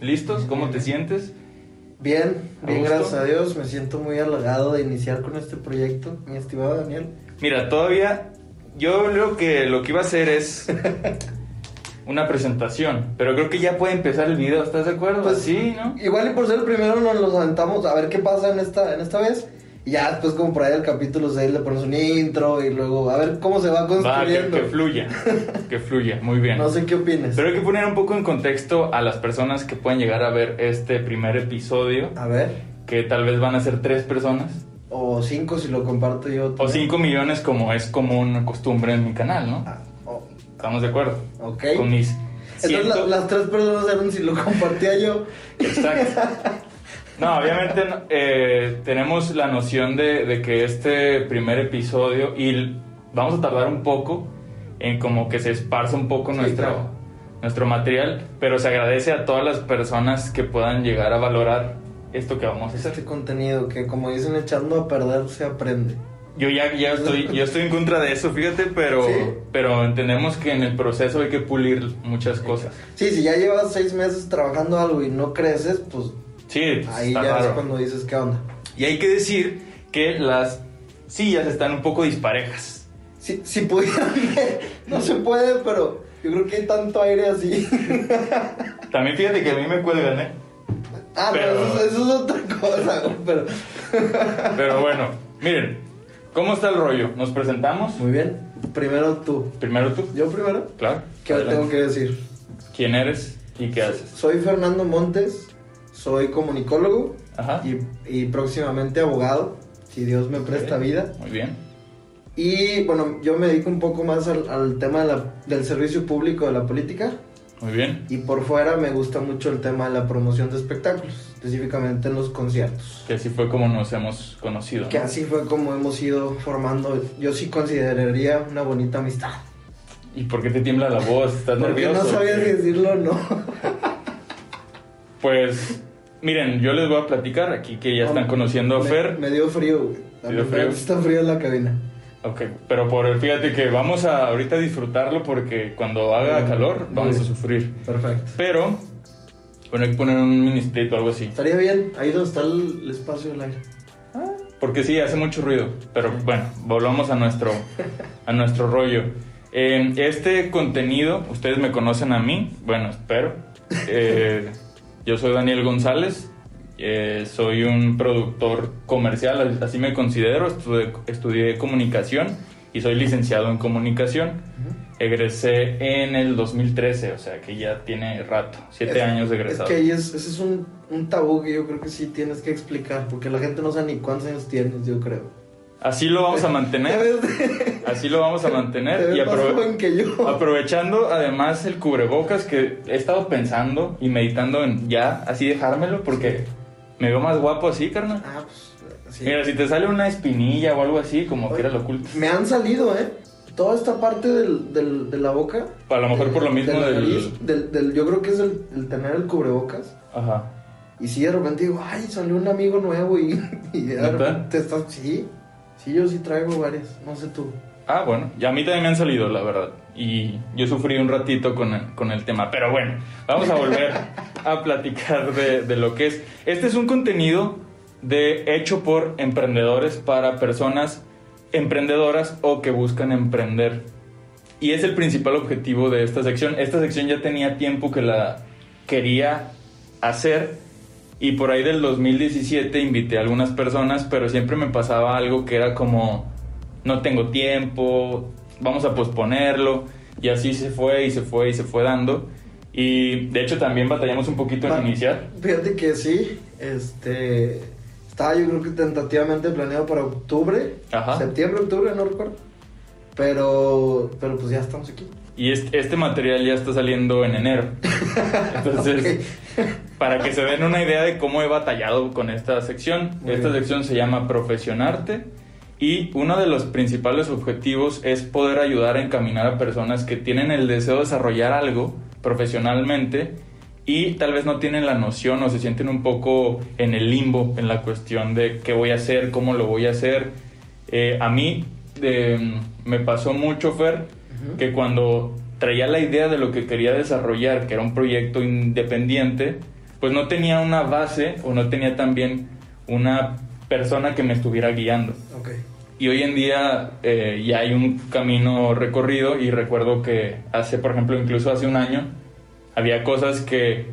¿Listos? ¿Cómo te sientes? Bien, ¿A bien, gusto? gracias a Dios. Me siento muy halagado de iniciar con este proyecto, mi estimado Daniel. Mira, todavía yo creo que lo que iba a hacer es una presentación, pero creo que ya puede empezar el video, ¿estás de acuerdo? Pues- sí, ¿no? Igual y por ser el primero nos los aventamos a ver qué pasa en esta, en esta vez. Y ya después como por ahí el capítulo 6 le pones un intro y luego a ver cómo se va Va, que, construyendo. que fluya, que fluya, muy bien. no sé qué opines. Pero hay que poner un poco en contexto a las personas que pueden llegar a ver este primer episodio, A ver, que tal vez van a ser tres personas, o 5 si lo comparto yo. o también. cinco millones como es común costumbre en mi canal, ¿no? Ah, o- ¿Estamos de acuerdo? ok. Con mis... Entonces la- ciento- las tres personas eran si lo compartía yo. Exacto. No, obviamente no, eh, tenemos la noción de, de que este primer episodio, y l- vamos a tardar un poco en como que se esparza un poco Sí, nuestro, claro. nuestro material, pero se agradece a todas las personas que puedan llegar a valorar esto que vamos a Este hacer. contenido que como dicen echando a perder se aprende. Yo ya, ya estoy, yo estoy en contra de eso, fíjate, pero, Sí. pero entendemos que en el proceso hay que pulir muchas cosas. Sí, si ya llevas seis meses trabajando algo y no creces, pues Sí, pues, ahí está ya es raro. cuando dices qué onda. Y hay que decir que las sillas están un poco disparejas. Si, si pudieran ver, no se puede, pero yo creo que hay tanto aire así. También fíjate que a mí me cuelgan, ¿eh? Ah, pero, Pero- eso, es- eso es otra cosa, güey, pero... Pero bueno, miren, ¿cómo está el rollo? ¿Nos presentamos? Muy bien, primero tú. Primero tú, ¿Yo primero? claro. ¿Qué Adelante. tengo que decir? ¿Quién eres y qué haces? Soy Fernando Montes, soy comunicólogo Ajá. y, y próximamente abogado, si Dios me presta Ah. Ok. vida. Muy bien. Y bueno, yo me dedico un poco más al, al tema de la- del servicio público de la política. Muy bien. Y por fuera me gusta mucho el tema de la promoción de espectáculos, específicamente en los conciertos. Que así fue como nos hemos conocido. ¿no? Que así fue como hemos ido formando, yo sí consideraría una bonita amistad. ¿Y por qué te tiembla la voz? ¿Estás Porque nervioso? no sabía si decirlo o no. Pues, miren, yo les voy a platicar aquí que ya están conociendo a Me- Fer. Me, dio frío, güey. La ¿Te dio verdad, frío? Está frío en la cabina. Ok, pero por fíjate que vamos a ahorita disfrutarlo porque cuando haga Muy calor bien. vamos a sufrir. Perfecto. Pero, bueno, hay que poner un ministrito o algo así. Estaría bien, ahí donde está el, el espacio del aire. Porque sí, hace mucho ruido. Pero bueno, volvamos a nuestro, a nuestro rollo. Eh, este contenido, ustedes me conocen a mí, bueno, espero. Eh, yo soy Daniel González, eh, soy un productor comercial, así me considero. Estudié, estudié comunicación y soy licenciado en comunicación. Egresé en el 2013, o sea que ya tiene rato, siete Es- años de egresado. Es que ahí es, ese es un, un tabú que yo creo que sí tienes que explicar, porque la gente no sabe ni cuántos años tienes, yo creo. Así lo vamos a mantener, Debes de- así lo vamos a mantener te y ves más aprove- joven que yo. Aprovechando además el cubrebocas que he estado pensando y meditando en ya así dejármelo porque me veo más guapo así, carnal. Ah, pues, sí. Mira, si te sale una espinilla o algo así, como que era lo oculto. Me han salido, ¿eh? Toda esta parte del, del- de la boca. A lo mejor de- por lo mismo de la del- nariz, del- del- yo creo que es el, el tener el cubrebocas. Ajá. Y si de repente digo, ay, salió un amigo nuevo y, y de ¿Neta? repente estás, sí, sí, yo sí traigo varias, no sé tú. Ah, bueno. Y a mí también me han salido, la verdad. Y yo sufrí un ratito con el, con el tema. Pero bueno, vamos a volver a platicar de, de lo que es. Este es un contenido de, hecho por emprendedores para personas emprendedoras o que buscan emprender. Y es el principal objetivo de esta sección. Esta sección ya tenía tiempo que la quería hacer. Y por ahí del 2017 invité a algunas personas, pero siempre me pasaba algo que era como, no tengo tiempo, vamos a posponerlo. Y así se fue y se fue y se fue dando. Y de hecho también batallamos un poquito Va- en iniciar. Fíjate que sí, este, estaba yo creo que tentativamente planeado para octubre, Ajá. septiembre, octubre, no recuerdo, pero, pero pues ya estamos aquí. Y este, este material ya está saliendo en enero. Entonces... Para que se den una idea de cómo he batallado con esta sección. Muy esta bien. sección se llama Profesionarte y uno de los principales objetivos es poder ayudar a encaminar a personas que tienen el deseo de desarrollar algo profesionalmente y tal vez no tienen la noción o se sienten un poco en el limbo en la cuestión de qué voy a hacer, cómo lo voy a hacer. Eh, a mí eh, me pasó mucho, Fer, Ujú. que cuando traía la idea de lo que quería desarrollar, que era un proyecto independiente, pues no tenía una base o no tenía también una persona que me estuviera guiando. Ok. Y hoy en día eh, ya hay un camino recorrido y recuerdo que hace, por ejemplo, incluso hace un año, había cosas que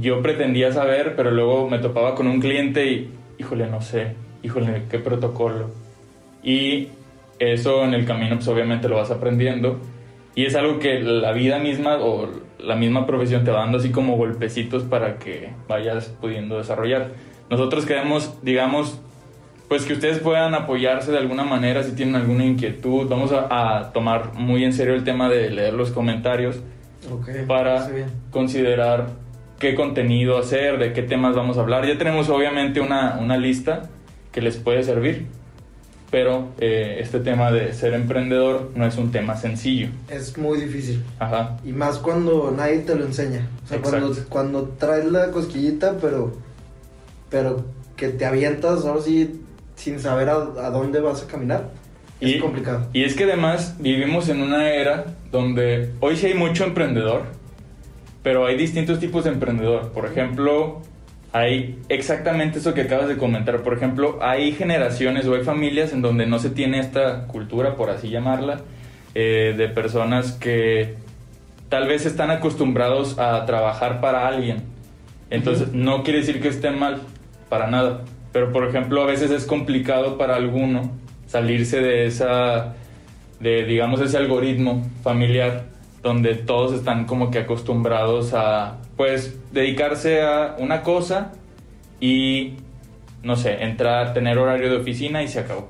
yo pretendía saber, pero luego me topaba con un cliente y, híjole, no sé, híjole, qué protocolo. Y eso en el camino, pues obviamente lo vas aprendiendo. Y es algo que la vida misma o la misma profesión te va dando así como golpecitos para que vayas pudiendo desarrollar. Nosotros queremos, digamos, pues que ustedes puedan apoyarse de alguna manera si tienen alguna inquietud. Vamos a, a tomar muy en serio el tema de leer los comentarios Ok. para parece bien. considerar qué contenido hacer, de qué temas vamos a hablar. Ya tenemos obviamente una, una lista que les puede servir, pero eh, este tema de ser emprendedor no es un tema sencillo. Es muy difícil. Ajá. Y más cuando nadie te lo enseña. O sea, cuando, Exacto. cuando traes la cosquillita, pero, pero que te avientas ahora sí sin saber a, a dónde vas a caminar. es complicado. Y es que además vivimos en una era donde hoy sí hay mucho emprendedor, pero hay distintos tipos de emprendedor. Por ejemplo, hay exactamente eso que acabas de comentar. Por ejemplo, hay generaciones o hay familias en donde no se tiene esta cultura, por así llamarla, eh, de personas que tal vez están acostumbrados a trabajar para alguien. Entonces, Ujú. no quiere decir que estén mal, para nada. Pero, por ejemplo, a veces es complicado para alguno salirse de esa, de, digamos, ese algoritmo familiar donde todos están como que acostumbrados a, pues, dedicarse a una cosa y, no sé, entrar, tener horario de oficina y se acabó.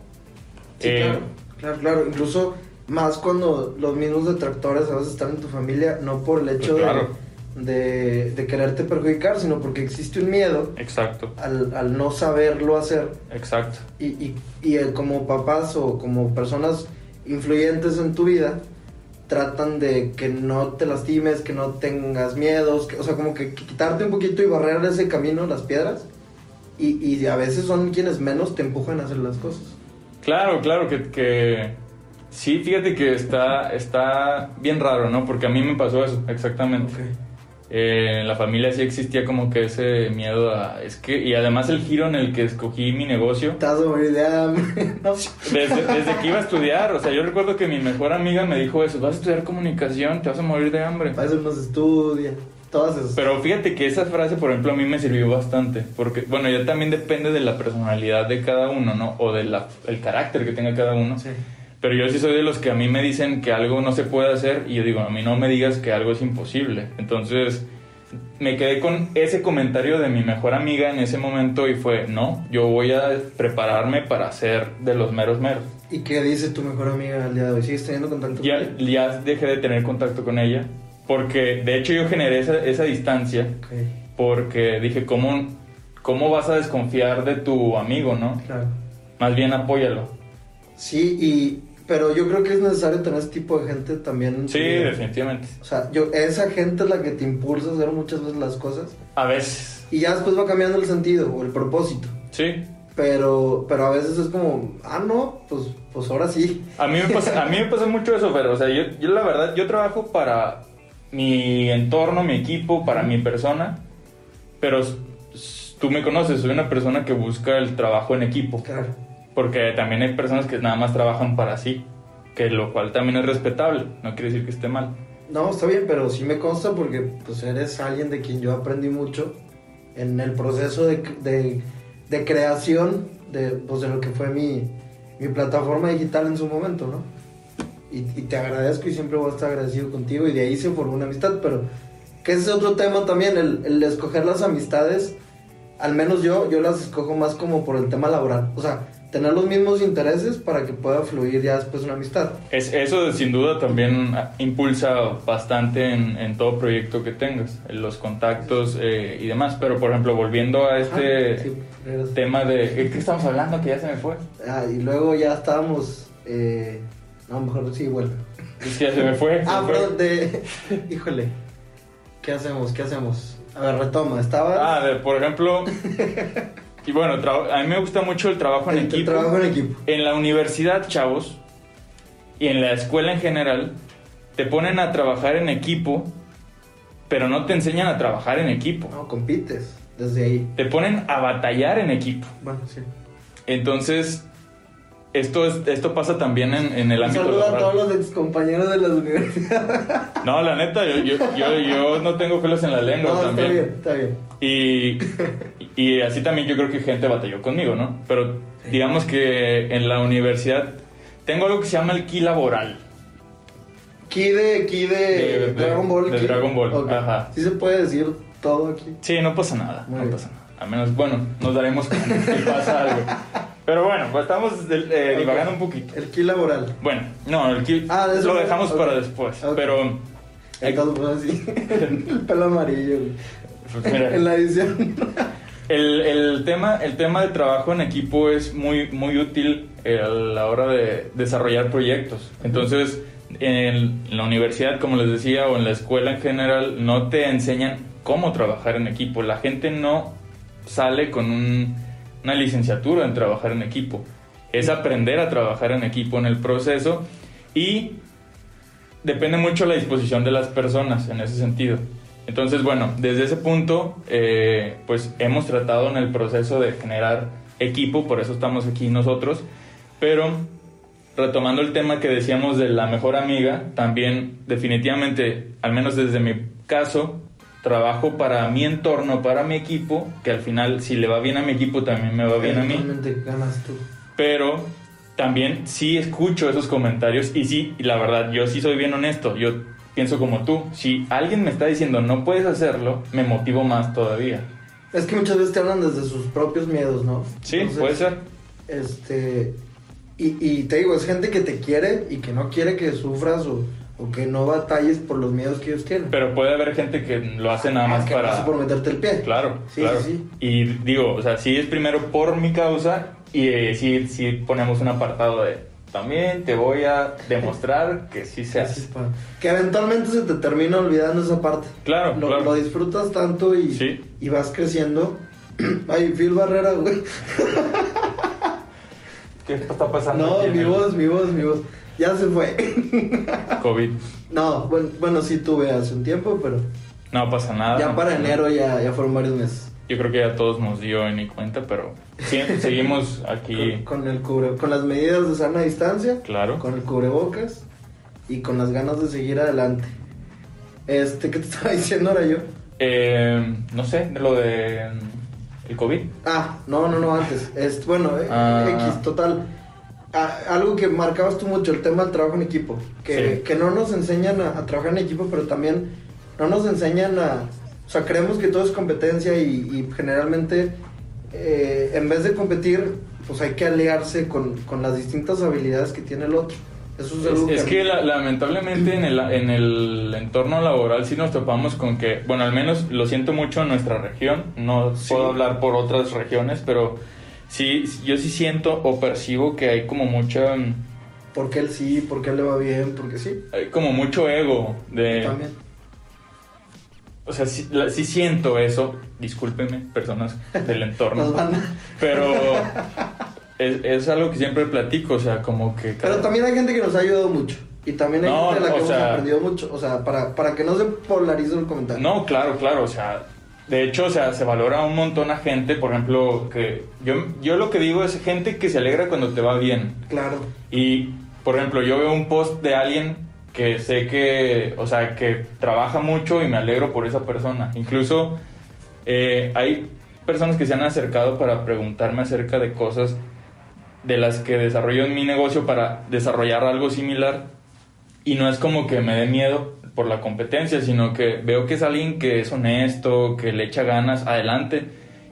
Sí, Eh, claro, claro, claro. Incluso más cuando los mismos detractores a veces están en tu familia, no por el hecho Pues de- claro. de, de quererte perjudicar, sino porque existe un miedo Exacto, al, al no saberlo hacer. exacto. Y, y, y, eh, como papás o como personas influyentes en tu vida, tratan de que no te lastimes, que no tengas miedos, que- o sea, como que quitarte un poquito y barrer ese camino, las piedras. Y, y a veces son quienes menos te empujan a hacer las cosas. Claro, claro, que, que- sí, fíjate que está, está bien raro, ¿no? Porque a mí me pasó eso, exactamente. Eh, en la familia sí existía como que ese miedo a... Es que, y además el giro en el que escogí mi negocio, Estás a morir de hambre. No. desde, desde que iba a estudiar, o sea, yo recuerdo que mi mejor amiga me dijo eso, vas a estudiar comunicación, te vas a morir de hambre. Para eso nos estudia. Todas esas. Pero fíjate que esa frase, por ejemplo, a mí me sirvió bastante, porque, bueno, ya también depende de la personalidad de cada uno, ¿no? O del el carácter que tenga cada uno. Sí. Pero yo sí soy de los que a mí me dicen que algo no se puede hacer y yo digo, a mí no me digas que algo es imposible. Entonces me quedé con ese comentario de mi mejor amiga en ese momento y fue, no, yo voy a prepararme para ser de los meros meros. ¿Y qué dice tu mejor amiga al día de hoy? ¿Sigues teniendo contacto con Ya, ella? ya dejé de tener contacto con ella porque de hecho yo generé esa, esa distancia Ok, porque dije, ¿cómo, ¿cómo vas a desconfiar de tu amigo, no? claro. Más bien apóyalo. Sí, y, pero yo creo que es necesario tener ese tipo de gente también. en tu Sí, vida. definitivamente. O sea, yo, esa gente es la que te impulsa a hacer muchas veces las cosas. A veces. Y ya después va cambiando el sentido o el propósito. Sí, Pero, pero a veces es como, ah, no, pues, pues ahora sí. A mí me pasa, a mí me pasa mucho eso, pero, o sea, yo, yo la verdad, yo trabajo para mi entorno, mi equipo, para mi persona, pero s- s- tú me conoces, soy una persona que busca el trabajo en equipo, Claro. porque también hay personas que nada más trabajan para sí, que lo cual también es respetable, no quiere decir que esté mal. No, está bien, pero sí me consta porque pues eres alguien de quien yo aprendí mucho en el proceso de, de- de creación de, pues, de lo que fue mi, mi plataforma digital en su momento, ¿no? Y, y te agradezco y siempre voy a estar agradecido contigo y de ahí se formó una amistad, pero que ese es otro tema también, el, el escoger las amistades, al menos yo, yo las escojo más como por el tema laboral, o sea, tener los mismos intereses para que pueda fluir ya después una amistad. Es, eso sin duda también ah, impulsa bastante en, en todo proyecto que tengas, en los contactos eh, y demás, pero por ejemplo, volviendo a este... Ajá, Ah, sí, regresa. Tema de... ¿Qué estamos hablando? Que ya se me fue. Ah, y luego ya estábamos. Eh, no, mejor sí, vuelve. Es que ya se me fue. se Ah, me fue. perdón, de. Híjole. ¿Qué hacemos? ¿Qué hacemos? A ver, retoma. Estaba. Ah, de, por ejemplo... y bueno, tra- a mí me gusta mucho el trabajo en el, el equipo. trabajo en equipo. En la universidad, chavos, y en la escuela en general, te ponen a trabajar en equipo pero no te enseñan a trabajar en equipo. No, compites desde ahí. Te ponen a batallar en equipo. Bueno, sí. Entonces, esto, es, esto pasa también en, en el Un ámbito saludo a laboral. todos los excompañeros de las universidades. No, la neta, yo, yo, yo, yo no tengo pelos en la lengua No, está también. bien, está bien. Y, y así también yo creo que gente batalló conmigo, ¿no? Pero digamos que en la universidad tengo algo que se llama el ki laboral. Ki de, ki de, De- de- Dragon Ball. de ki. Dragon Ball, Ok. ajá. Sí se puede decir todo aquí. Sí, no pasa nada, Muy no bien. pasa nada. A menos, bueno, nos daremos cuenta si pasa algo. Pero bueno, pues estamos eh, Ok. divagando un poquito. El ki laboral. Bueno, no, el ki Ah, de eso lo no- dejamos ok. para después. Ok. Pero, Entonces, pues así. el pelo amarillo. güey. pues, mira, En la edición. El, el tema, el tema de trabajo en equipo es muy, muy útil eh, a la hora de desarrollar proyectos. Entonces, en la universidad, como les decía, o en la escuela en general, no te enseñan cómo trabajar en equipo. La gente no sale con un- una licenciatura en trabajar en equipo. Es aprender a trabajar en equipo en el proceso y depende mucho la disposición de las personas en ese sentido. Entonces, bueno, desde ese punto, eh, pues hemos tratado en el proceso de generar equipo, por eso estamos aquí nosotros, pero retomando el tema que decíamos de la mejor amiga, también definitivamente, al menos desde mi caso, trabajo para mi entorno, para mi equipo, que al final si le va bien a mi equipo también me va bien a mí Realmente ganas tú. pero también sí escucho esos comentarios y sí, y la verdad, yo sí soy bien honesto, yo pienso como tú, si alguien me está diciendo no puedes hacerlo, me motivo más todavía. Es que muchas veces te hablan desde sus propios miedos, ¿no? Sí, Entonces, puede ser. Este. Y, y te digo, es gente que te quiere y que no quiere que sufras o, o que no batalles por los miedos que ellos tienen. Pero puede haber gente que lo hace nada Ah, más que para... pasa por meterte el pie. Claro, Sí, claro. sí, sí. Y digo, o sea, sí es primero por mi causa y eh, sí, sí ponemos un apartado de... También te voy a demostrar que sí se Sí, hace. pa- Que eventualmente se te termina olvidando esa parte. Claro, Lo, claro. lo disfrutas tanto y, Sí. y vas creciendo. Ay, Phil Barrera, güey. ¿Qué está pasando? No, aquí en mi el voz, mi voz, mi voz. Ya se fue. COVID. No, bueno, bueno, sí tuve hace un tiempo, pero No pasa nada. ya no para pasa nada. enero ya, ya fueron varios meses. Yo creo que ya todos nos dio en mi cuenta, pero sí, seguimos aquí, Con, con el cubre, con las medidas de sana distancia, claro. con el cubrebocas y con las ganas de seguir adelante. Este, ¿qué te estaba diciendo ahora yo? Eh, no sé, de lo de mm, el COVID. Ah, no, no, no, antes. Es, bueno, eh, Ah. X, total. A- algo que marcabas tú mucho, el tema del trabajo en equipo. Que, Sí. que no nos enseñan a, a trabajar en equipo, pero también no nos enseñan a... O sea, creemos que todo es competencia y, y generalmente eh, en vez de competir, pues hay que aliarse con, con las distintas habilidades que tiene el otro. Eso es Es, algo es a que mí- la- lamentablemente en el, en el entorno laboral sí nos topamos con que, bueno, al menos lo siento mucho en nuestra región, no Sí. puedo hablar por otras regiones, pero sí, yo sí siento o percibo que hay como mucha, mm, Porque él sí, porque él le va bien, porque sí. hay como mucho ego de... También. O sea, sí, la- sí siento eso, discúlpenme, personas del entorno. Nos van a- Pero es, es algo que siempre platico, o sea, como que... Pero también hay gente que nos ha ayudado mucho. Y también hay No, gente de la o que hemos sea- aprendido mucho. O sea, para, para que no se polarice el comentario. No, claro, claro, o sea... De hecho, o sea, se valora un montón a gente, por ejemplo, que... Yo, yo lo que digo es gente que se alegra cuando te va bien. Claro. Y, por ejemplo, yo veo un post de alguien que sé que, o sea, que trabaja mucho y me alegro por esa persona. Incluso eh, hay personas que se han acercado para preguntarme acerca de cosas de las que desarrollo en mi negocio para desarrollar algo similar. Y no es como que me dé miedo por la competencia, sino que veo que es alguien que es honesto, que le echa ganas, adelante.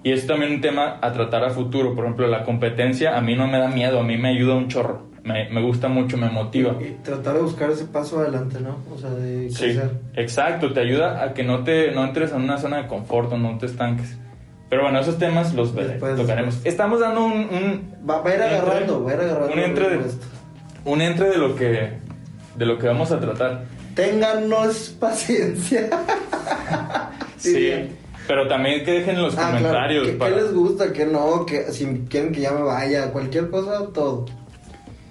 Y es también un tema a tratar a futuro. Por ejemplo, la competencia a mí no me da miedo, a mí me ayuda un chorro. Me, me gusta mucho, me motiva. Y tratar de buscar ese paso adelante, ¿no? O sea, de Sí, crecer. exacto, te ayuda a que no te no entres en una zona de confort o no te estanques. Pero bueno, esos temas los vere- Después, tocaremos. después. Estamos dando un, un, Va, va a ir Un agarrando, entre- va a ir agarrando. un entre de- esto. un entre de lo que de lo que vamos a tratar. Téngannos paciencia. Sí. Dirían. Pero también que dejen en los Ah, claro. comentarios. ¿Qué, qué para- les gusta? ¿Qué no? Que si quieren que ya me vaya, cualquier cosa, todo.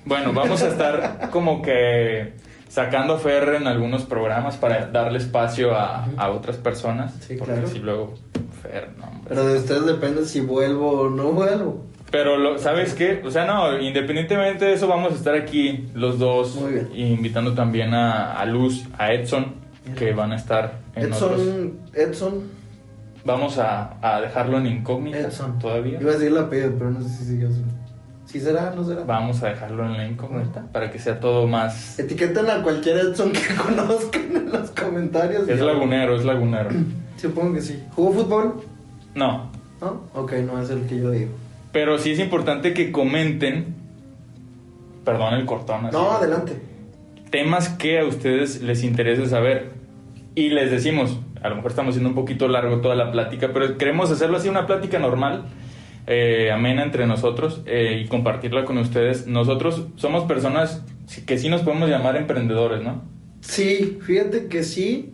Bueno, vamos a estar como que sacando a Fer en algunos programas para darle espacio a, a otras personas. Sí, porque claro. si luego Fer, no, hombre. Pero de ustedes depende si vuelvo o no vuelvo. Pero, lo, ¿sabes qué? O sea, no, independientemente de eso, vamos a estar aquí los dos. Muy bien. y Invitando también a, a Luz, a Edson, que van a estar en otros. Edson, Edson, Vamos a, a dejarlo en incógnita Edson. todavía. Iba a decir la apellido, pero no sé si sigue así. Si será, no será. Vamos a dejarlo en la incógnita para que sea todo más. Etiqueten a cualquier Edson que conozcan en los comentarios. Es Ya. lagunero, es lagunero. Supongo que sí. ¿Jugó fútbol? No, ¿No? Ok, no es el que yo digo. pero sí es importante que comenten. Perdón el cortón. así. No, adelante. temas que a ustedes les interese saber. Y les decimos, a lo mejor estamos haciendo un poquito largo toda la plática, pero queremos hacerlo así, una plática normal, eh, amena entre nosotros eh, y compartirla con ustedes. Nosotros somos personas que sí nos podemos llamar emprendedores, ¿no? Sí, fíjate que sí,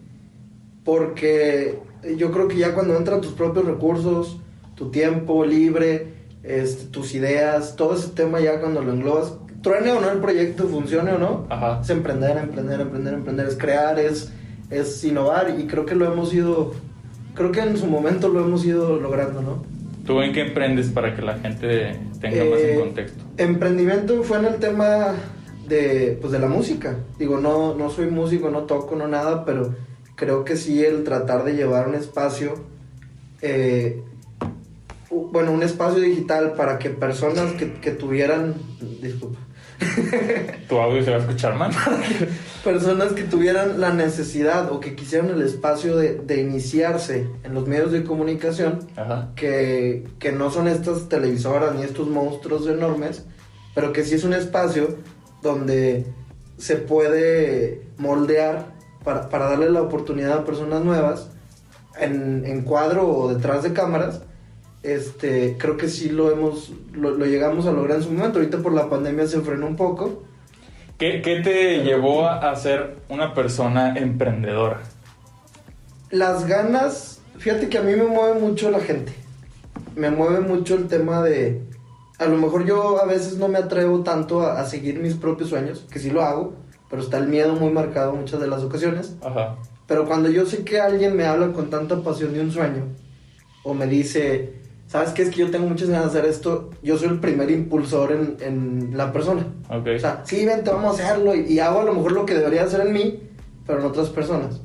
porque yo creo que ya cuando entran tus propios recursos, tu tiempo libre, este, tus ideas, todo ese tema ya cuando lo englobas, truene o no el proyecto, funcione o no, Ajá. es emprender, emprender, emprender, emprender, es crear, es, es innovar y creo que lo hemos ido, creo que en su momento lo hemos ido logrando, ¿no? ¿Tú en qué emprendes para que la gente tenga más Eh, en contexto? Emprendimiento fue en el tema de, pues, de la música. Digo, no, no soy músico, no toco, no nada, pero creo que sí el tratar de llevar un espacio, eh, u- bueno, un espacio digital para que personas que, que tuvieran, disculpa, ¿Tu audio se va a escuchar mal? personas que tuvieran la necesidad o que quisieran el espacio de, de iniciarse en los medios de comunicación, Ajá. que, que no son estas televisoras ni estos monstruos enormes, pero que sí es un espacio donde se puede moldear para, para darle la oportunidad a personas nuevas en, en cuadro o detrás de cámaras. Este, creo que sí lo hemos, lo, lo llegamos a lograr en su momento. Ahorita por la pandemia se frenó un poco. ¿Qué, qué te llevó a, a ser una persona emprendedora? Las ganas, fíjate que a mí me mueve mucho la gente. Me mueve mucho el tema de. A lo mejor yo a veces no me atrevo tanto a, a seguir mis propios sueños, que sí lo hago, pero está el miedo muy marcado muchas de las ocasiones. Ajá. Pero cuando yo sé que alguien me habla con tanta pasión de un sueño, o me dice, ¿sabes qué? Es que yo tengo muchas ganas de hacer esto, yo soy el primer impulsor en, en la persona. Ok. O sea, sí, vente, vamos a hacerlo. Y, y hago a lo mejor lo que debería hacer en mí, pero en otras personas.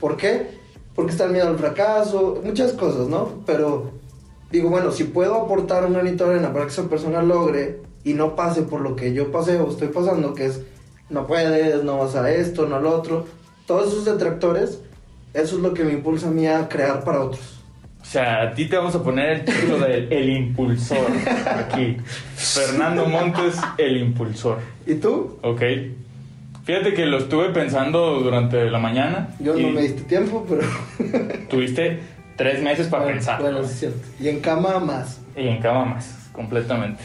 ¿Por qué? Porque está el miedo al fracaso, muchas cosas, ¿no? Pero digo, bueno, si puedo aportar un granito de arena para que esa persona logre y no pase por lo que yo pasé o estoy pasando, que es no puedes, no vas a esto, no a lo otro, todos esos detractores, eso es lo que me impulsa a mí a crear para otros. O sea, a ti te vamos a poner el título de El Impulsor aquí. Fernando Montes, El Impulsor. ¿Y tú? Ok. Fíjate que lo estuve pensando durante la mañana. Yo y no me diste tiempo, pero... Tuviste tres meses para Bueno, pensar. Bueno, sí es cierto. Y en cama más. Y en cama más, completamente.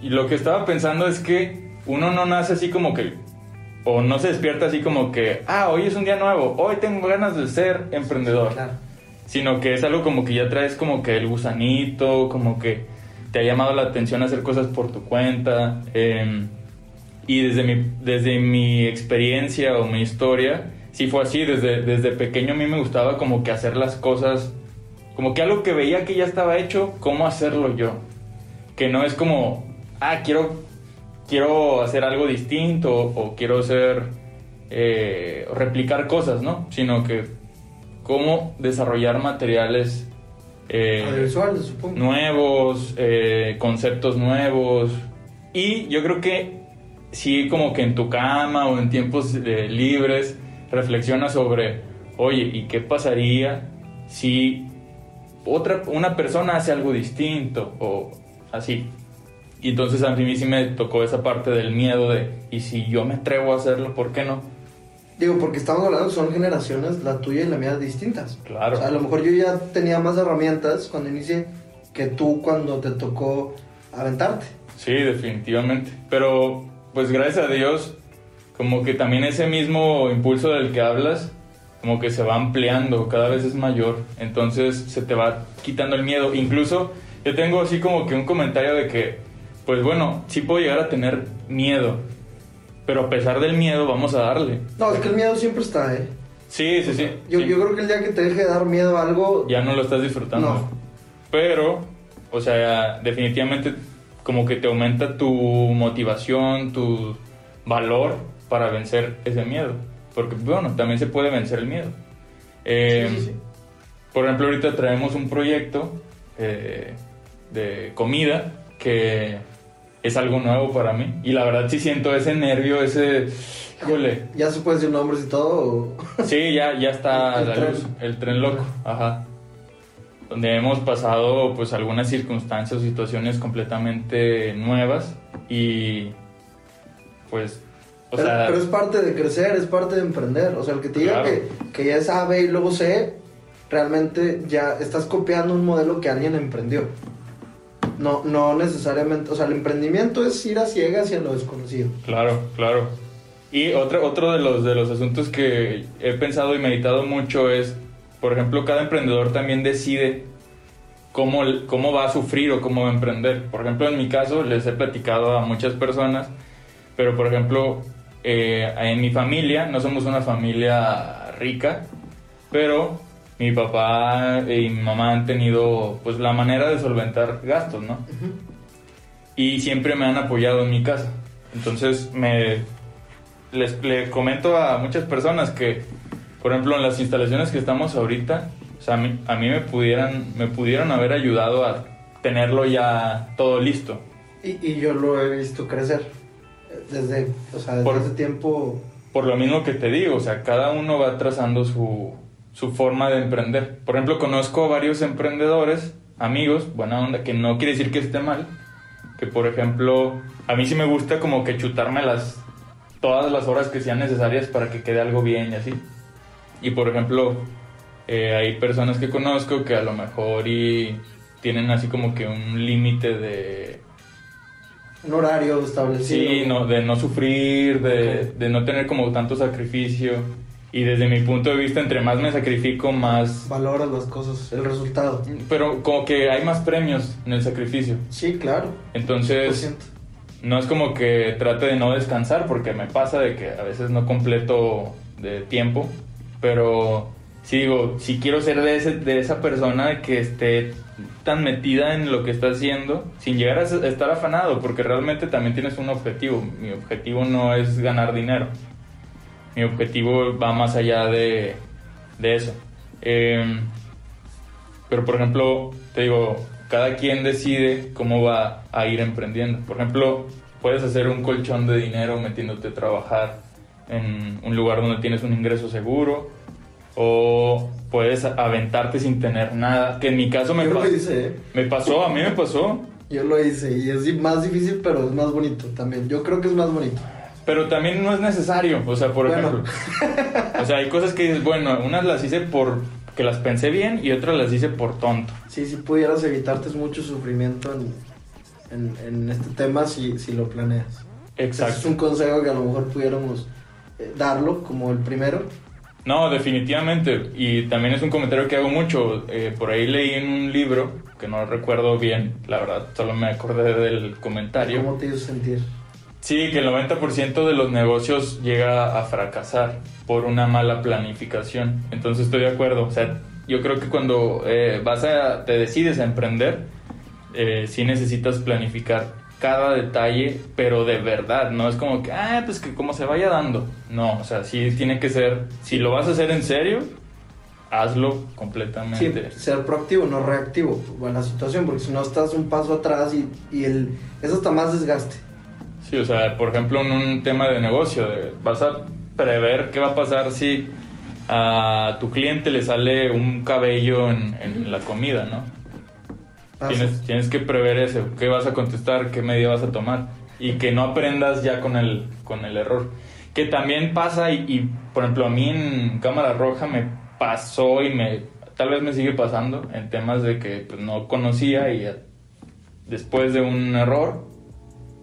Y lo que estaba pensando es que uno no nace así como que... O no se despierta así como que, ah, hoy es un día nuevo, hoy tengo ganas de ser emprendedor. Claro. sino que es algo como que ya traes como que el gusanito, como que te ha llamado la atención hacer cosas por tu cuenta. eh, y desde mi, desde mi experiencia o mi historia, sí fue así, desde, desde pequeño a mí me gustaba como que hacer las cosas, como que algo que veía que ya estaba hecho, cómo hacerlo yo. Que no es como, ah, quiero, quiero hacer algo distinto o quiero ser, eh, replicar cosas, ¿no? Sino que cómo desarrollar materiales eh, Ah, Audiovisuales, supongo. nuevos, eh, conceptos nuevos. Y yo creo que sí, como que en tu cama o en tiempos eh, libres, reflexiona sobre, oye, ¿y qué pasaría si otra, una persona hace algo distinto o así? Y entonces a mí sí me tocó esa parte del miedo de, ¿y si yo me atrevo a hacerlo, por qué no? Digo, porque estamos hablando que son generaciones, la tuya y la mía, distintas. Claro. O sea, a lo mejor yo ya tenía más herramientas cuando inicié que tú cuando te tocó aventarte. Sí, definitivamente. Pero, pues gracias a Dios, como que también ese mismo impulso del que hablas, como que se va ampliando, cada vez es mayor. Entonces se te va quitando el miedo. Incluso yo tengo así como que un comentario de que, pues bueno, sí puedo llegar a tener miedo, Pero a pesar del miedo, vamos a darle. No, es que el miedo siempre está, ¿eh? Sí, sí, sí. Yo, sí. yo creo que el día que te deje de dar miedo a algo, Ya no lo estás disfrutando. No. Pero, o sea, definitivamente como que te aumenta tu motivación, tu valor para vencer ese miedo. Porque, bueno, también se puede vencer el miedo. Eh, Sí, sí, sí. Por ejemplo, ahorita traemos un proyecto eh, de comida que es algo nuevo para mí. Y la verdad sí siento ese nervio, ese... Híjole. ya se puede decir nombres y todo. o- Sí, ya, ya está El la tren. luz, el tren loco, ajá. Donde hemos pasado pues algunas circunstancias o situaciones completamente nuevas y pues, o pero, sea, pero es parte de crecer, es parte de emprender. O sea, el que te diga Claro. que, que ya es A, B y luego C, realmente ya estás copiando un modelo que alguien emprendió. No, no necesariamente, o sea, el emprendimiento es ir a ciegas y a lo desconocido. claro, claro. Y otro, otro de, los, de los asuntos que he pensado y meditado mucho es, por ejemplo, cada emprendedor también decide cómo, cómo va a sufrir o cómo va a emprender. Por ejemplo, en mi caso, les he platicado a muchas personas, pero por ejemplo, eh, en mi familia, no somos una familia rica, pero mi papá y mi mamá han tenido pues la manera de solventar gastos, ¿no? Y siempre me han apoyado en mi casa. Entonces, me les, le comento a muchas personas que, por ejemplo, en las instalaciones que estamos ahorita, o sea, a mí, a mí me, pudieran, me pudieron haber ayudado a tenerlo ya todo listo. Y, y yo lo he visto crecer. eh, Desde, o sea, desde Por- hace tiempo. Por lo mismo que te digo, o sea, cada uno va trazando su, su forma de emprender. Por ejemplo, conozco a varios emprendedores, amigos, buena onda, que no quiere decir que esté mal, que por ejemplo, a mí sí me gusta como que chutarme las, todas las horas que sean necesarias para que quede algo bien y así. Y por ejemplo, eh, hay personas que conozco que a lo mejor y tienen así como que un límite de Un horario establecido. Sí, no, de no sufrir, de, Ok. de no tener como tanto sacrificio. Y desde mi punto de vista, entre más me sacrifico, más... Valoras las cosas, el resultado. Pero como que hay más premios en el sacrificio. Sí, claro. Lo Entonces, siento. no es como que trate de no descansar, porque me pasa de que a veces no completo de tiempo. Pero sí digo, si quiero ser de, ese, de esa persona que esté tan metida en lo que está haciendo, sin llegar a s- estar afanado, porque realmente también tienes un objetivo. Mi objetivo no es ganar dinero. Mi objetivo va más allá de, de eso. Eh, pero, por ejemplo, te digo, cada quien decide cómo va a ir emprendiendo. Por ejemplo, puedes hacer un colchón de dinero metiéndote a trabajar en un lugar donde tienes un ingreso seguro. O puedes aventarte sin tener nada. Que en mi caso me, Yo pas- lo hice, ¿eh? me pasó, a mí me pasó. Yo lo hice y es más difícil, pero es más bonito también. Yo creo que es más bonito. Pero también no es necesario, o sea, por Bueno. ejemplo. O sea, hay cosas que dices, bueno, unas las hice por que las pensé bien y otras las hice por tonto. Sí, si pudieras evitarte mucho sufrimiento en, en- en este tema si, si lo planeas. Ese Es Exacto. un consejo que a lo mejor pudiéramos eh, darlo como el primero. No, definitivamente. Y también es un comentario que hago mucho. Eh, por ahí leí en un libro, que no recuerdo bien, la verdad, solo me acordé del comentario. ¿Cómo te hizo sentir? Sí, que el 90% de los negocios llega a fracasar por una mala planificación. Entonces estoy de acuerdo. O sea, yo creo que cuando eh, vas a, te decides a emprender, eh, sí necesitas planificar cada detalle, pero de verdad. No es como que, ah, pues que como se vaya dando. No, o sea, sí tiene que ser, si lo vas a hacer en serio, hazlo Sí, completamente. ser proactivo, no reactivo a la situación, porque si no estás un paso atrás y, y el, es hasta más desgaste. Sí, o sea, por ejemplo, en un tema de negocio, de- vas a prever qué va a pasar si a tu cliente le sale un cabello en, en la comida, ¿no? Pasa. Tienes, tienes que prever eso, qué vas a contestar, qué medida vas a tomar y que no aprendas ya con el, con el error. Que también pasa y, y, por ejemplo, a mí en Cámara Roja me pasó y me tal vez me sigue pasando en temas de que pues, no conocía y ya después de un error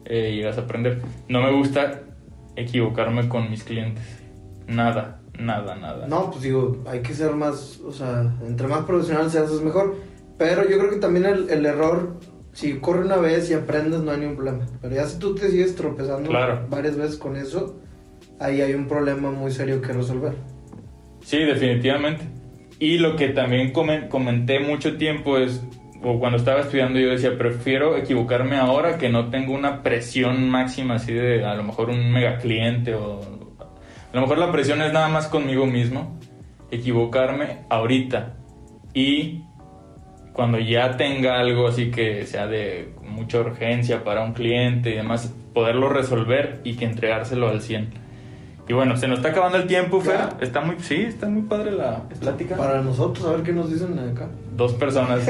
eh, llegas a aprender. No me gusta equivocarme con mis clientes. Nada, nada, nada. No, pues digo, hay que ser más, o sea, entre más profesional seas es mejor. Pero yo creo que también el, el error si corre una vez y aprendes, no hay ningún problema. Pero ya si tú te sigues tropezando Claro. varias veces con eso, ahí hay un problema muy serio que resolver. Sí, definitivamente. Y lo que también comen- comenté mucho tiempo es, o cuando estaba estudiando yo decía, prefiero equivocarme ahora que no tengo una presión máxima así de a lo mejor un mega cliente o a lo mejor la presión es nada más conmigo mismo, equivocarme ahorita y cuando ya tenga algo así que sea de mucha urgencia para un cliente y demás, poderlo resolver y que entregárselo al 100. Y bueno, se nos está acabando el tiempo, Fer. Ya. Está muy, sí, está muy padre la plática. Para nosotros, a ver qué nos dicen acá. Dos personas.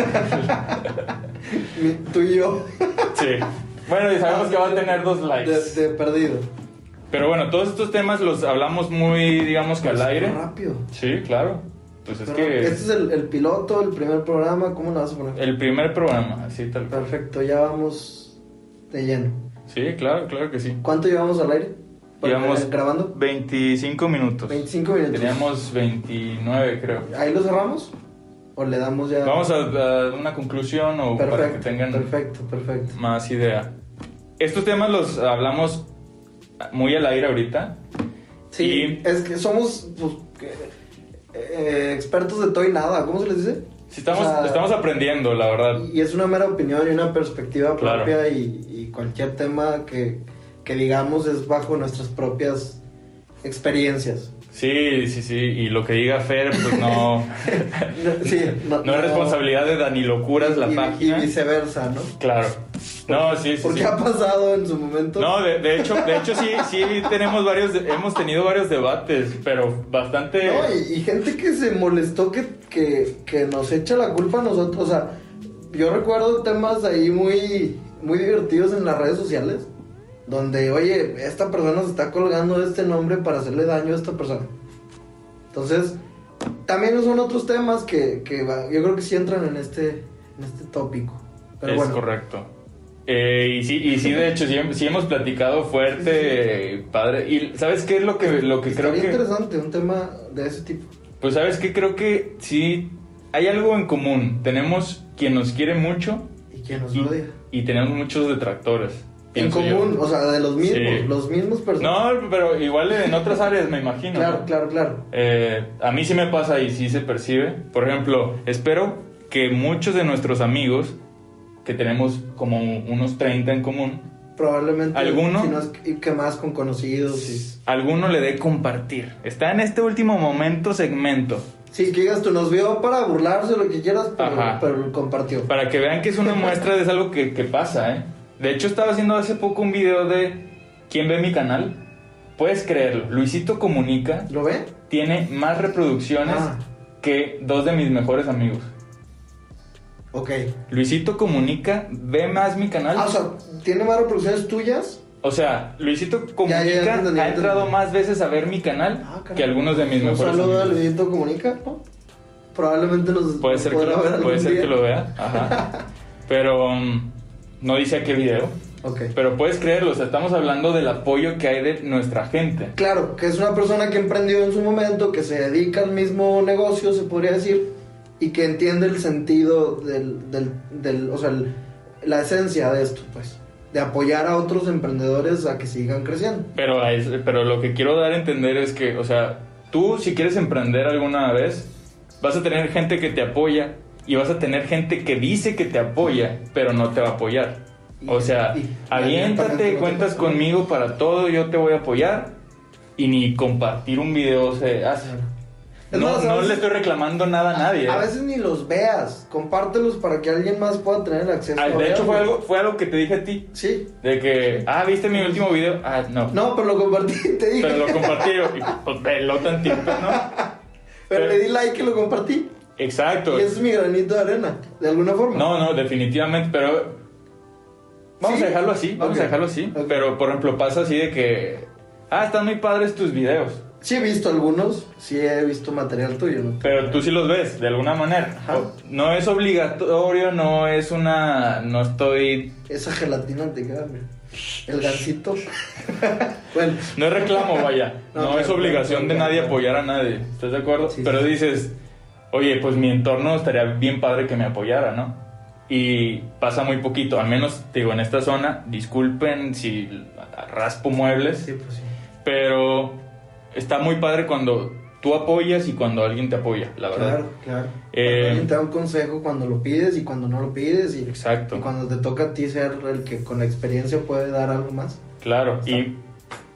Mi- Tú y yo. sí. Bueno, y sabemos que va a tener dos likes. De, de perdido. Pero bueno, todos estos temas los hablamos muy, digamos que al aire. Rápido. Sí, claro. Pues es Pero que Este es el, el piloto, el primer programa. ¿Cómo lo vas a poner? el primer programa, así tal cual. Perfecto, ya vamos de lleno. Sí, claro, claro que sí. ¿Cuánto llevamos al aire? Para- Llevamos eh, grabando. 25 minutos. 25 minutos. Teníamos 29, creo. ¿Ahí lo cerramos? ¿O le damos ya? Vamos a, a una conclusión o perfecto, para que tengan Perfecto, perfecto. más idea. Estos temas los hablamos muy al aire ahorita. Sí, Y- es que somos pues, que- eh, expertos de todo y nada. ¿Cómo se les dice? Sí, estamos, O sea, estamos aprendiendo, la verdad. Y es una mera opinión y una perspectiva Claro. propia y, y cualquier tema que, que digamos es bajo nuestras propias experiencias. Sí, sí, sí. Y lo que diga Fer, pues no. Sí, no, es responsabilidad de Dani Locuras la y- página. Y viceversa, ¿no? Claro. No, sí, sí. Porque sí. ha pasado en su momento. No, de, de hecho, de hecho sí, sí tenemos varios, hemos tenido varios debates, pero bastante. No, y, y gente que se molestó que, que, que nos echa la culpa a nosotros. O sea, yo recuerdo temas ahí muy, muy divertidos en las redes sociales. Donde, oye, esta persona se está colgando de este nombre para hacerle daño a esta persona. Entonces, también son otros temas que, que va- yo creo que sí entran en este, en este tópico. Pero es bueno, correcto. Eh, y sí, y sí, de hecho, sí, hem- sí hemos platicado fuerte, padre. Y ¿sabes qué es lo que, lo que creo pues estaría que. interesante un tema de ese tipo. Pues sabes qué, creo que sí hay algo en común. Tenemos quien nos quiere mucho Y que nos y, lo diga. y tenemos muchos detractores. En pienso yo. común, o sea, de los mismos, Sí. los mismos personas. No, pero igual en otras áreas, me imagino. claro, ¿no? claro, claro. Eh, a mí sí me pasa y sí se percibe. Por ejemplo, espero que muchos de nuestros amigos, que tenemos como unos 30 en común, Probablemente. ¿Alguno? Si no es que- que más con conocidos. Y... alguno le dé compartir. Está en este último momento segmento. Sí, que digas tú, nos vio para burlarse, lo que quieras, pero, Ajá. pero lo compartió. Para que vean que es una muestra de es algo que, que pasa, ¿eh? De hecho, estaba haciendo hace poco un video de ¿Quién ve mi canal? Puedes creerlo. Luisito Comunica ¿Lo ve? tiene más reproducciones Ah. que dos de mis mejores amigos. Ok. Luisito Comunica ve más mi canal. Ah, o sea, tiene más reproducciones tuyas. O sea, Luisito Comunica Ya, ya, ya entendí, ha ya entrado entendí. más veces a ver mi canal Ah, caray. que algunos de mis Un mejores saludo a amigos. Luisito Comunica, ¿no? Probablemente nos. Puede ser, que podrá lo, ver algún puede ser día. que lo vea. Ajá. Pero mm, no dice a qué video. Ok. Pero puedes creerlo, o sea, estamos hablando del apoyo que hay de nuestra gente. Claro, que es una persona que emprendió en su momento, que se dedica al mismo negocio, se podría decir, y que entiende el sentido del, del, del- o sea, el- la esencia de esto, pues, de apoyar a otros emprendedores a que sigan creciendo. Pero, es- pero lo que quiero dar a entender es que, o sea, tú si quieres emprender alguna vez, vas a tener gente que te apoya y vas a tener gente que dice que te apoya, pero no te va a apoyar. O sea, Y- y- aviéntate, abiertamente cuentas no te- conmigo para todo, yo te voy a apoyar y ni compartir un video se hace. Es No, más, a no veces- le estoy reclamando nada a nadie. A ¿eh? veces ni los veas, compártelos para que alguien más pueda tener el acceso. Ah, a de hecho, verlo. fue algo, fue algo que te dije a ti. Sí. De que, ah, ¿viste mi último video? Ah, no. No, pero lo compartí, te dije. Pero Pero, lo compartí y pues, velo tantito, ¿no? pero- le di like y lo compartí. Exacto. Y ese es mi granito de arena, de alguna forma. No, no, definitivamente, pero... Vamos ¿Sí? a dejarlo así, vamos Ok, a dejarlo así. ok. Pero, por ejemplo, pasa así de que... Ah, están muy padres tus videos. Sí he visto algunos, sí he visto material tuyo, ¿no? Pero tú sí los ves, de alguna manera. Ajá. O- No es obligatorio, no es una... No estoy... Esa gelatina te queda, mira. El gansito. bueno, No es reclamo, vaya. No, No, claro, es obligación claro, de claro, nadie claro. apoyar a nadie. ¿Estás de acuerdo? Sí, Pero sí. dices, oye, pues mi entorno estaría bien padre que me apoyara, ¿no? y pasa muy poquito, al menos te digo en esta zona, disculpen si raspo muebles, Sí, pues sí. pero está muy padre cuando tú apoyas y cuando alguien te apoya, la verdad. Claro, claro. Eh, Cuando alguien te da un consejo cuando lo pides y cuando no lo pides y, Exacto. y cuando te toca a ti ser el que con la experiencia puede dar algo más. Claro, y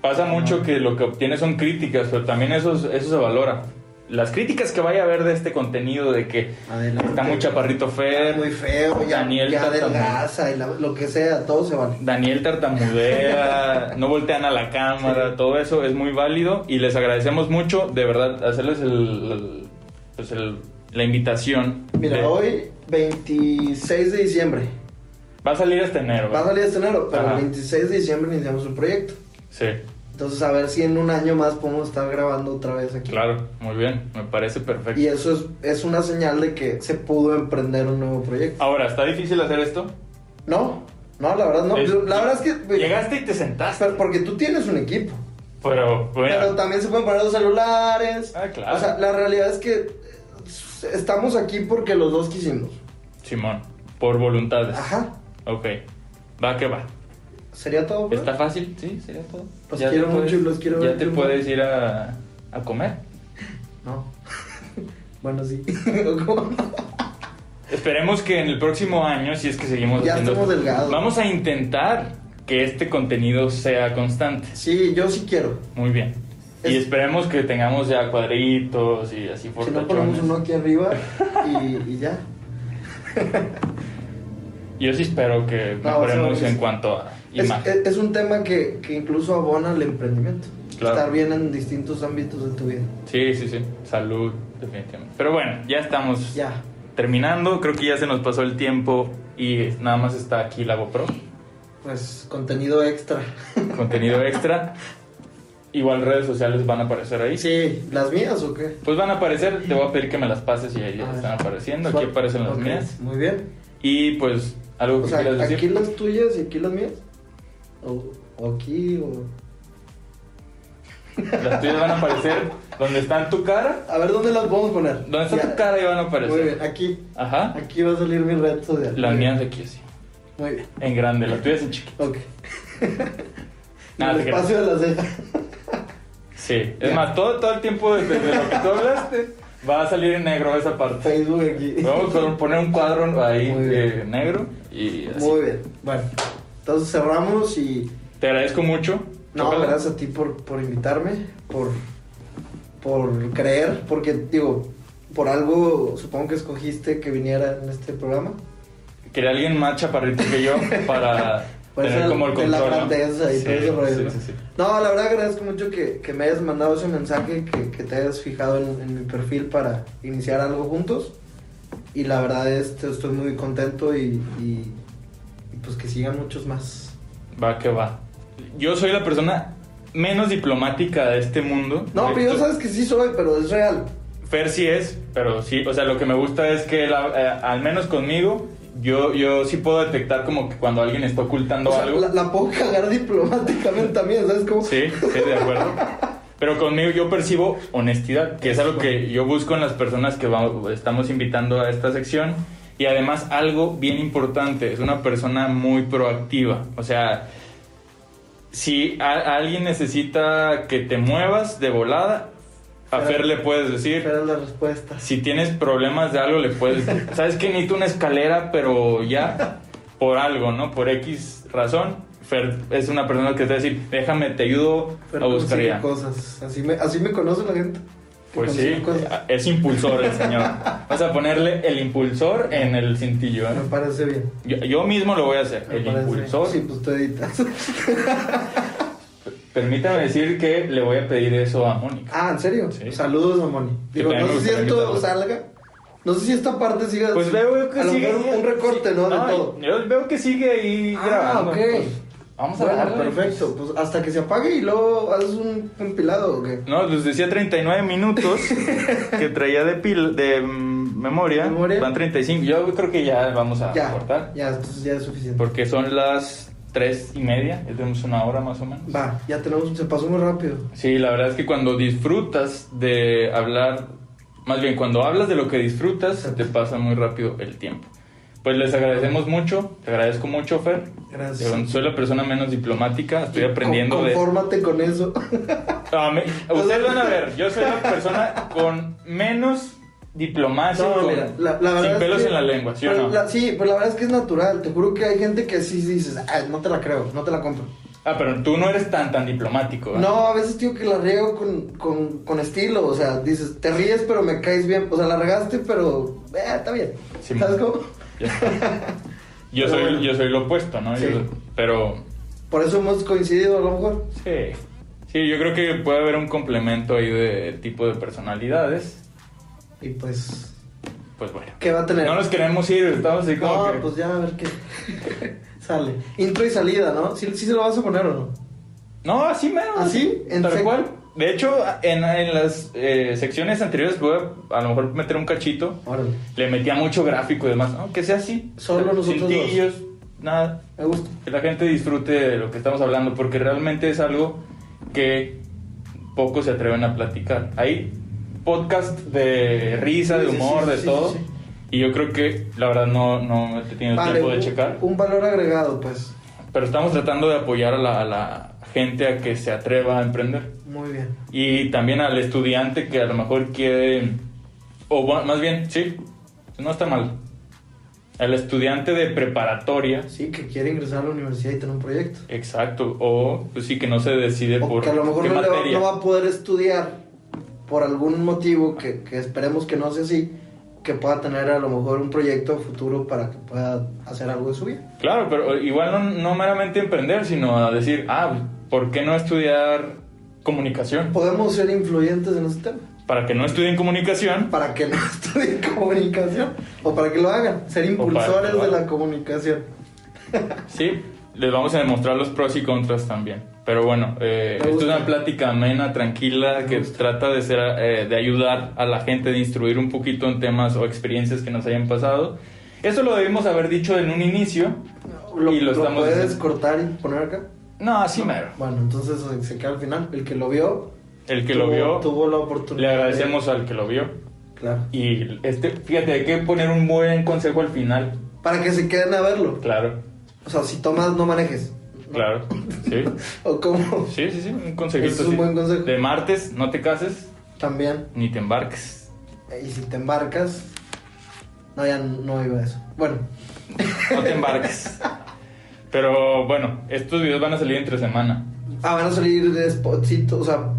pasa mucho que lo que obtienes son críticas, pero también eso, es- eso se valora. Las críticas que vaya a haber de este contenido, de que Adelante. está muy chaparrito Fer, Muy feo, ya, Daniel ya Tartamudeo. adelgaza y la- lo que sea, todo se vale. Daniel tartamudea, no voltean a la cámara, todo eso es muy válido y les agradecemos mucho, de verdad, hacerles el, el- pues el- la invitación. Mira, de- hoy 26 de diciembre. Va a salir este enero. Va a salir este enero, pero Ajá. el 26 de diciembre iniciamos un proyecto. Sí, Entonces a ver si en un año más podemos estar grabando otra vez aquí. claro, muy bien, me parece perfecto. Y eso es, es una señal de que se pudo emprender un nuevo proyecto. Ahora, ¿está difícil hacer esto? No, no, la verdad no. Es- Yo- la verdad es que... Llegaste y te sentaste, Pero Porque tú tienes un equipo. pero bueno. Pero también se pueden poner los celulares. Ah, claro. O sea, la realidad es que eh, estamos aquí porque los dos quisimos. Simón, por voluntades. Ajá. Ok, va que va. Sería todo. pues? Está fácil, sí, sería todo. Los te Pues quiero puedes- mucho y los quiero Ya ver te triunfar. puedes ir a, a comer. No. bueno, sí. ¿O cómo no? Esperemos que en el próximo año, si es que seguimos Ya haciendo estamos esto, delgados. vamos a intentar que este contenido sea constante. Sí, yo sí quiero. Muy bien. Y Es- esperemos que tengamos ya cuadritos y así Si no ponemos fortachones. uno aquí arriba y, y ya. Yo sí espero que No, mejoremos o sea, en es- cuanto a Es, imagen. es- es un tema que, que incluso abona al emprendimiento. Claro. Estar bien en distintos ámbitos de tu vida. Sí, sí, sí. Salud, definitivamente. Pero bueno, ya estamos Ya. terminando. Creo que ya se nos pasó el tiempo y nada más está aquí la GoPro. Pues contenido extra. Contenido extra. Igual redes sociales van a aparecer ahí. Sí, ¿las mías o qué? Pues van a aparecer, te voy a pedir que me las pases y ahí ya A ver. están apareciendo. Aquí aparecen las Ah, Ok, mías. Muy bien. Y pues, algo que O sea, quieras decir. aquí las tuyas y aquí las mías. O, o aquí o. Las tuyas van a aparecer donde están tu cara. A ver, ¿dónde las podemos poner? Donde está Ya. tu cara y van a Muy bien, aparecer. aquí. Ajá. Aquí va a salir mi red social. Las Muy bien. mías aquí así. Muy bien. En grande, las tuyas en chiquito. Ok. Nada, el te creas. espacio de las cejas. Sí. Es Ya. más, todo, todo el tiempo desde de lo que tú hablaste va a salir en negro esa parte. Facebook aquí. Vamos a poner un cuadro ahí Muy bien. eh, negro y así. Muy bien. Bueno, entonces cerramos y. Te agradezco mucho. No, Chócala. gracias a ti por, por invitarme, por, por creer, porque digo, por algo supongo que escogiste que viniera en este programa. Quería alguien más chaparrito que yo para Por tener eso como el control. Pues de la ¿no? grandeza y Sí, todo eso por sí, ahí. sí, sí. No, la verdad agradezco mucho que, que me hayas mandado ese mensaje, que, que te hayas fijado en, en mi perfil para iniciar algo juntos. Y la verdad este, estoy muy contento y, y- y pues que sigan muchos más. Va que va. Yo soy la persona menos diplomática de este mundo. No, De- pero yo sabes que sí soy, pero es real. Fer sí es, pero sí, o sea, lo que me gusta es que él, eh, al menos conmigo, yo, yo sí puedo detectar como que cuando alguien está ocultando O sea, algo. la, la puedo cagar diplomáticamente también, ¿sabes cómo? Sí, sí, de acuerdo. Pero conmigo yo percibo honestidad, que es algo que yo busco en las personas que va- estamos invitando a esta sección. Y además algo bien importante, es una persona muy proactiva. O sea, si a- alguien necesita que te muevas de volada, a Fer- Fer le puedes decir, Espera la respuesta. si tienes problemas de algo, le puedes. ¿Sabes que Necesito una escalera, pero ya. Por algo, ¿no? Por X razón. Fer es una persona que te va a decir, déjame, te ayudo Pero a buscar consigue ya. cosas. Así me, así me conoce la gente. que Pues consigue sí, cosas. es impulsor el señor. Vas a ponerle el impulsor en el cintillo, ¿eh? Me parece bien. Yo, yo mismo lo voy a hacer, Me el parece bien. impulsor. Sí, pues tú editas. Permítame decir que le voy a pedir eso a Mónica. Ah, ¿en serio? Sí. Saludos a Moni. Que Digo, también no me sé si gustaría esto invitarla. salga. No sé si esta parte siga. Pues veo que a lo sigue. mejor un recorte, ¿no? De todo. Yo veo que sigue ahí Ah, grabando. ok. Pues, vamos a Bueno, darle, perfecto. Pues hasta que se apague y luego haces un compilado o qué. No, les decía 39 minutos que traía de pil de mm, memoria. Memoria. Van 35. Yo creo que ya vamos a Ya. Ah, cortar. Ya, entonces ya es suficiente. Porque son las 3 y media. Ya tenemos una hora más o menos. Va, ya tenemos. Se pasó muy rápido. Sí, la verdad es que cuando disfrutas de hablar, más bien cuando hablas de lo que disfrutas, se te pasa muy rápido el tiempo. Pues les agradecemos mucho, te agradezco mucho, Fer. Gracias. Yo soy la persona menos diplomática, estoy aprendiendo Con- de... Confórmate con eso. A mí- a Ah, ustedes van a ver, yo soy la persona con menos diplomacia, y No, Ah, con- mira, la, la verdad sin es pelos que- en la lengua, ¿sí o pero no? la- sí, pero la verdad es que es natural. Te juro que hay gente que sí dices, "Ah, no te la creo, no te la compro. Ah, pero tú no eres tan, tan diplomático. ¿eh? No, a veces digo que la riego con, con, con estilo. O sea, dices, te ríes, pero me caes bien. O sea, la regaste, pero eh, está bien. Sí, ¿Sabes mo- cómo? Ya está. Yo, Pero soy, bueno. yo soy lo opuesto, ¿no? Yo- Sí. pero Por eso hemos coincidido a lo mejor. sí. Sí, yo creo que puede haber un complemento ahí de tipo de personalidades. Y pues, Pues bueno. ¿qué va a tener? No nos queremos ir, estamos así como No, que... pues ya a ver qué sale. Intro y salida, ¿no? ¿Sí, sí se lo vas a poner o no? No, así mero. ¿Así? Tal ¿ah, ¿En seco? cual. De hecho, en, en las eh, secciones anteriores voy a, a lo mejor meter un cachito. Órale. Le metía mucho gráfico y demás. Aunque sea así. Solo Sin nosotros dos. tillos, nada. Me gusta. Que la gente disfrute de lo que estamos hablando, porque realmente es algo que pocos se atreven a platicar. Hay podcast de risa, Sí, de sí, humor, sí, de sí, todo. sí, sí. Y yo creo que, la verdad, no, no he tenido Vale, tiempo de un- checar. Un valor agregado, pues. Pero estamos tratando de apoyar a la, a la gente a que se atreva a emprender. Muy bien. Y también al estudiante que a lo mejor quiere, o va- más bien, sí, no está mal. Al estudiante de preparatoria, Sí, que quiere ingresar a la universidad y tener un proyecto. exacto, o pues sí que no se decide O por que a lo mejor qué no, le va, materia. no va a poder estudiar por algún motivo que, que esperemos que no sea así, que pueda tener a lo mejor un proyecto futuro para que pueda hacer algo de su vida. Claro, pero igual no, no meramente emprender, sino a decir, ah, ¿por qué no estudiar comunicación? Podemos ser influyentes en este tema. Para que no estudien comunicación, Para que no estudien comunicación o para que lo hagan, ser O para que lo impulsores de hagan. la comunicación. sí, les vamos a demostrar los pros y contras también. Pero bueno, eh, Me esto es gusta. una plática amena, tranquila, Me que gusta. trata de, ser, eh, de ayudar a la gente, de instruir un poquito en temas o experiencias que nos hayan pasado. Eso lo debimos haber dicho en un inicio. Lo, Y lo lo estamos puedes haciendo. cortar y poner acá. Ah, No, así mero. Bueno, entonces se- se queda al final. El que lo vio, El que tuvo, lo vio, tuvo la oportunidad. le de- agradecemos al que lo vio. Claro. Y este, fíjate, hay que poner un buen consejo al final. Para que se queden a verlo. Claro, O sea, si tomas, no manejes. claro. Sí, O como sí, sí, sí, un consejito. Ese Este es un sí. buen consejo. De martes, no te cases también. eh, ni te embarques. Y si te embarcas. No, ya no iba a eso. Bueno, No te embarques. Pero bueno, estos videos van a salir entre semana. ah, van a salir de spotcito, o sea.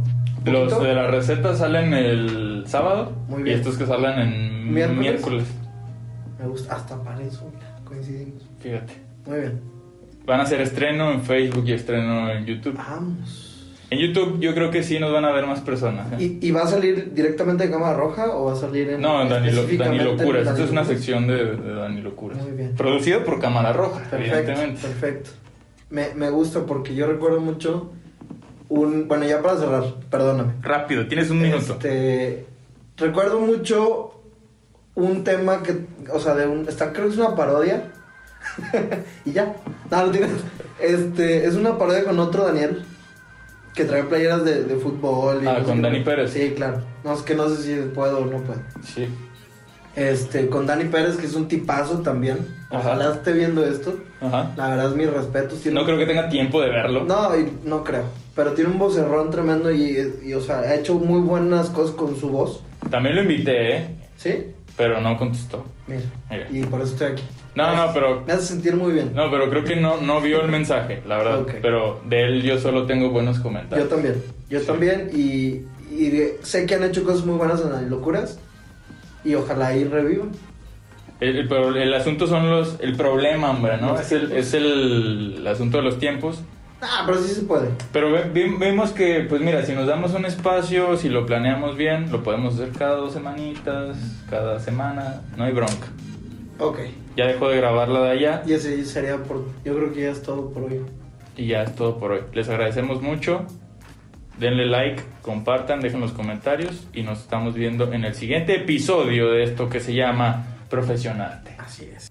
Los poquito. de la receta salen el sábado Muy y bien. estos que salen en miércoles. Miércoles. Me gusta. Hasta para eso, mira, coincidimos. Fíjate. Muy bien. Van a hacer estreno en Facebook y estreno en YouTube. Vamos. En YouTube yo creo que sí nos van a ver más personas. ¿eh? ¿Y, y va a salir directamente de cámara roja o va a salir en. No, Dani, Lo- Dani específicamente en Locuras. Dani Esto es una Locuras? sección de, de Dani Locuras. Muy bien. Producido por Cámara Roja, Perfecto, evidentemente. perfecto. Me, me gusta porque yo recuerdo mucho un... Bueno, ya para cerrar, perdóname. Rápido, tienes un minuto. Este, recuerdo mucho un tema que, o sea, de un, está, creo que es una parodia. y ya. No, no tienes. Este, es una parodia con otro Daniel que trae playeras de, de fútbol. Ah, no sé con qué. Dani Pérez. Sí, claro. No, es que no sé si puedo o no puedo. Sí. Este, con Dani Pérez, que es un tipazo también. Ajá. Ojalá esté viendo esto. Ajá. La verdad, mis respetos. Tiene No un- creo que tenga tiempo de verlo. No, y no creo. Pero tiene un vocerrón tremendo y, y, o sea, ha hecho muy buenas cosas con su voz. También lo invité, ¿eh? ¿Sí? Pero no contestó. Mira. Mira. Y por eso estoy aquí. No, Me no, hace- pero. Me hace sentir muy bien. No, pero creo que no, no vio el mensaje, la verdad. Ok. Pero de él yo solo tengo buenos Yo comentarios. también. Yo Sí. también. Y, y de- sé que han hecho cosas muy buenas en las locuras. Y ojalá ahí revivan. El, el pro- el asunto son los. El problema, hombre, ¿no? Los Es el, es el- el asunto de los tiempos. Ah, pero sí se puede. Pero ve- vi- vimos que, pues mira, si nos damos un espacio, si lo planeamos bien, lo podemos hacer cada dos semanitas, cada semana, no hay bronca. Ok. Ya dejo de grabarla de allá Y ese sería por... Yo creo que ya es todo por hoy. y ya es todo por hoy. Les agradecemos mucho, denle like, compartan, dejen los comentarios y nos estamos viendo en el siguiente episodio de esto que se llama Profesionarte. Así es.